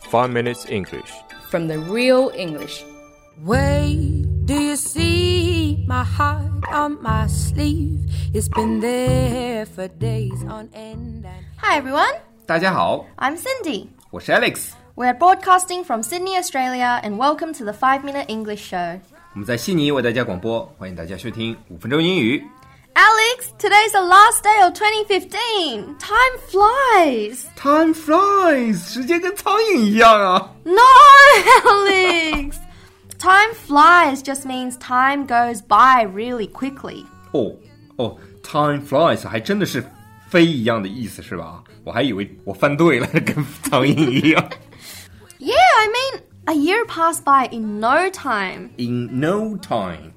5 Minutes English. from the real English. Wait, do you see my heart on my sleeve? It's been there for days on end. And Hi everyone, 大家好， I'm Cindy. 我是 Alex， We're broadcasting from Sydney, Australia, and welcome to the 5 Minute English Show. 我们在悉尼为大家广播，欢迎大家收听五分钟英语。 Alex, today's the last day of 2015! Time flies! Time flies，时间跟苍蝇一样啊。 No, Alex! time flies just means time goes by really quickly. 哦哦，Time flies 还真的是飞一样的意思是吧？我还以为我翻对了， 跟苍蝇一样。 Yeah, I mean, a year passed by in no time In no time，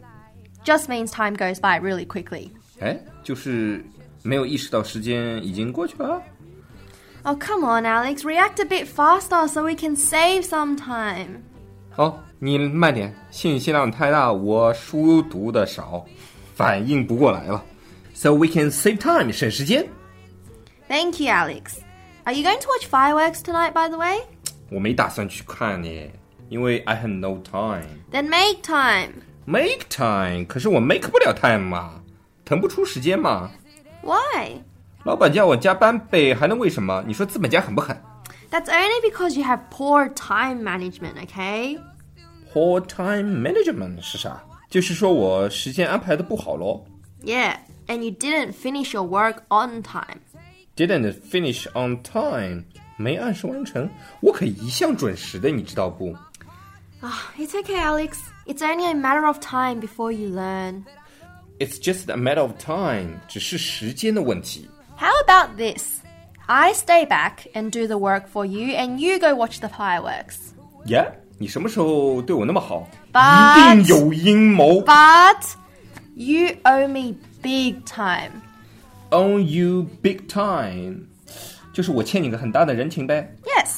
just means time goes by really quickly. 哎，就是没有意识到时间已经过去了。啊 Oh, come on, Alex, react a bit faster so we can save some time. 哦，你慢点，信息量太大，我书读的少，反应不过来了。So we can save time，省时间。 Thank you, Alex. Are you going to watch fireworks tonight, by the way? 我没打算去看耶，因为 I have no time。 Then make time. Make time，可是我 make 不了 time 嘛，腾不出时间嘛。 Why? 老板叫我加班呗，还能为什么？你说资本家狠不狠 That's only because you have poor time management, okay? ？Poor time management 是啥？就是说我时间安排的不好咯。 Yeah, and you didn't finish your work on time. Didn't finish on time，没按时完成。我可一向准时的，你知道不？ Ah, it's okay, Alex. It's only a matter of time before you learn. It's just a matter of time，只是时间的问题。 How about this? I stay back and do the work for you, and you go watch the fireworks. 耶、你什么时候对我那么好？ But- 一定有阴谋。 But you owe me big time. Own you big time，就是我欠你个很大的人情呗。 Yes.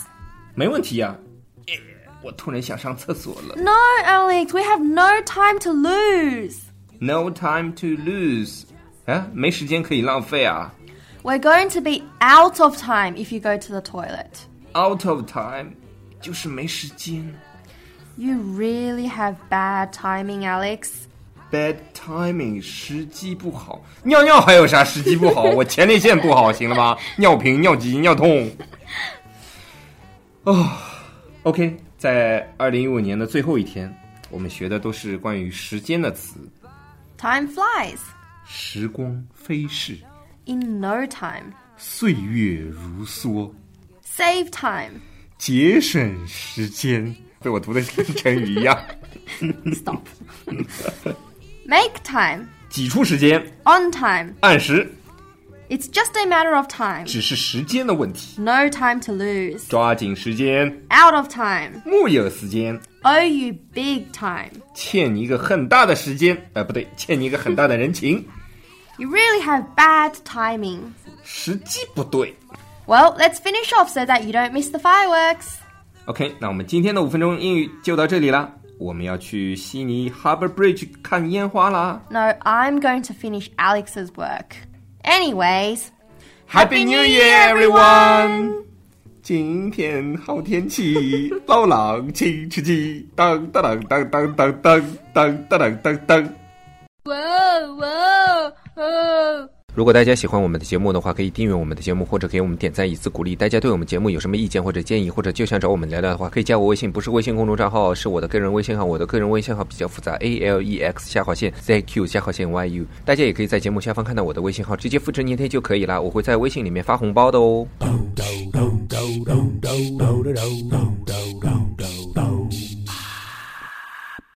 没问题呀、哎我突然想上厕所了。 No, Alex, we have no time to lose. No time to lose，啊，没时间可以浪费啊。 We're going to be out of time if you go to the toilet. Out of time，就是没时间。 You really have bad timing, Alex. Bad timing，时机不好。尿尿还有啥时机不好？我前列腺不好，行了吗？尿频、尿急、尿痛。哦、o k 在二零一五年的最后一天，我们学的都是关于时间的词。 Time flies 时光飞逝， in no time. 岁月如梭， Save time. 节省时间，被我读的跟成语一样， Stop. Make time. 挤出时间， On time. 按时， It's just a matter of time. 只是时间的问题， No time to lose. 抓紧时间， Out of time. 木有时间， Owe you big time. 欠你一个很大的时间，呃，不对，欠你一个很大的人情， You really have bad timing. 时机不对。 Well, let's finish off so that you don't miss the fireworks. OK，那我们今天的五分钟英语就到这里啦，我们要去悉尼 Harbour Bridge 看烟花啦 No, I'm going to finish Alex's work. Anyways, ！Happy New Year, everyone！今天好天气， 老狼请吃鸡，当当当当当当当当当当当。如果大家喜欢我们的节目的话，可以订阅我们的节目，或者给我们点赞以资鼓励。大家对我们节目有什么意见或者建议，或者就想找我们聊聊的话，可以加我微信，不是微信公众账号，是我的个人微信号。我的个人微信号比较复杂，A L E X 下划线 Z Q 下划线 Y U。大家也可以在节目下方看到我的微信号，直接复制粘贴就可以啦。我会在微信里面发红包的哦。 do do do do do do do do do do